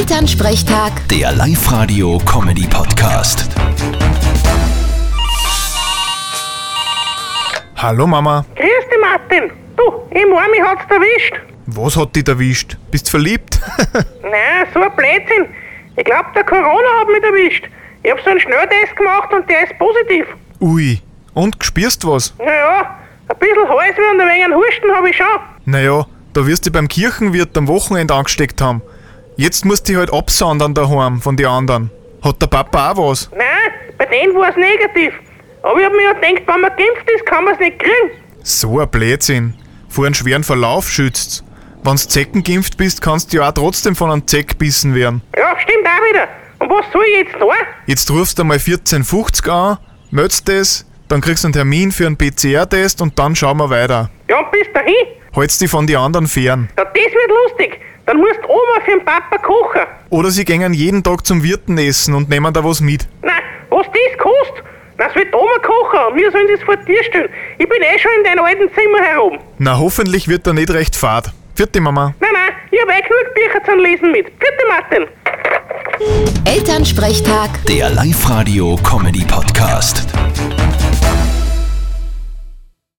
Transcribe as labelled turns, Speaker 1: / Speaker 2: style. Speaker 1: Elternsprechtag,
Speaker 2: Der Live-Radio-Comedy-Podcast.
Speaker 3: Hallo Mama,
Speaker 4: Grüß dich, Martin. Du, im Arm, mich hat's erwischt.
Speaker 3: was hat dich erwischt? Bist verliebt?
Speaker 4: Nein, so ein Blödsinn. Ich glaub, der Corona hat mich erwischt. Ich hab so einen Schnelltest gemacht und der ist positiv.
Speaker 3: Ui, und gespürst was?
Speaker 4: Naja, ein bisschen Halsweh und ein wenig einen Husten habe ich schon.
Speaker 3: Naja, da wirst du beim Kirchenwirt am Wochenende angesteckt haben. Jetzt musst du dich halt absondern daheim von den anderen. Hat der Papa auch was?
Speaker 4: Nein, bei denen war's negativ. Aber ich hab mir ja gedacht, wenn man geimpft ist, kann man's nicht kriegen.
Speaker 3: So ein Blödsinn. Vor einem schweren Verlauf schützt's. Wenn's zeckengeimpft bist, kannst du ja auch trotzdem von einem Zeck bissen werden.
Speaker 4: Ja, stimmt auch wieder. Und was soll ich jetzt da?
Speaker 3: Jetzt rufst du einmal 1450 an, meldest das, dann kriegst du einen Termin für einen PCR-Test und dann schauen wir weiter.
Speaker 4: Ja, und bis dahin?
Speaker 3: Haltst dich von den anderen fern.
Speaker 4: Ja, das wird lustig. Dann musst Oma für den Papa kochen.
Speaker 3: Oder sie gängen jeden Tag zum Wirten essen und nehmen da was mit.
Speaker 4: Nein, was das kostet? Das wird Oma kochen und wir sollen das vor dir stellen. Ich bin eh schon in deinem alten Zimmer herum.
Speaker 3: Na, hoffentlich wird da nicht recht fad. Vierte Mama.
Speaker 4: Nein, nein, ich habe eh genug Bücher zum Lesen mit. Bitte, Martin.
Speaker 1: Elternsprechtag.
Speaker 2: Der Live-Radio-Comedy-Podcast.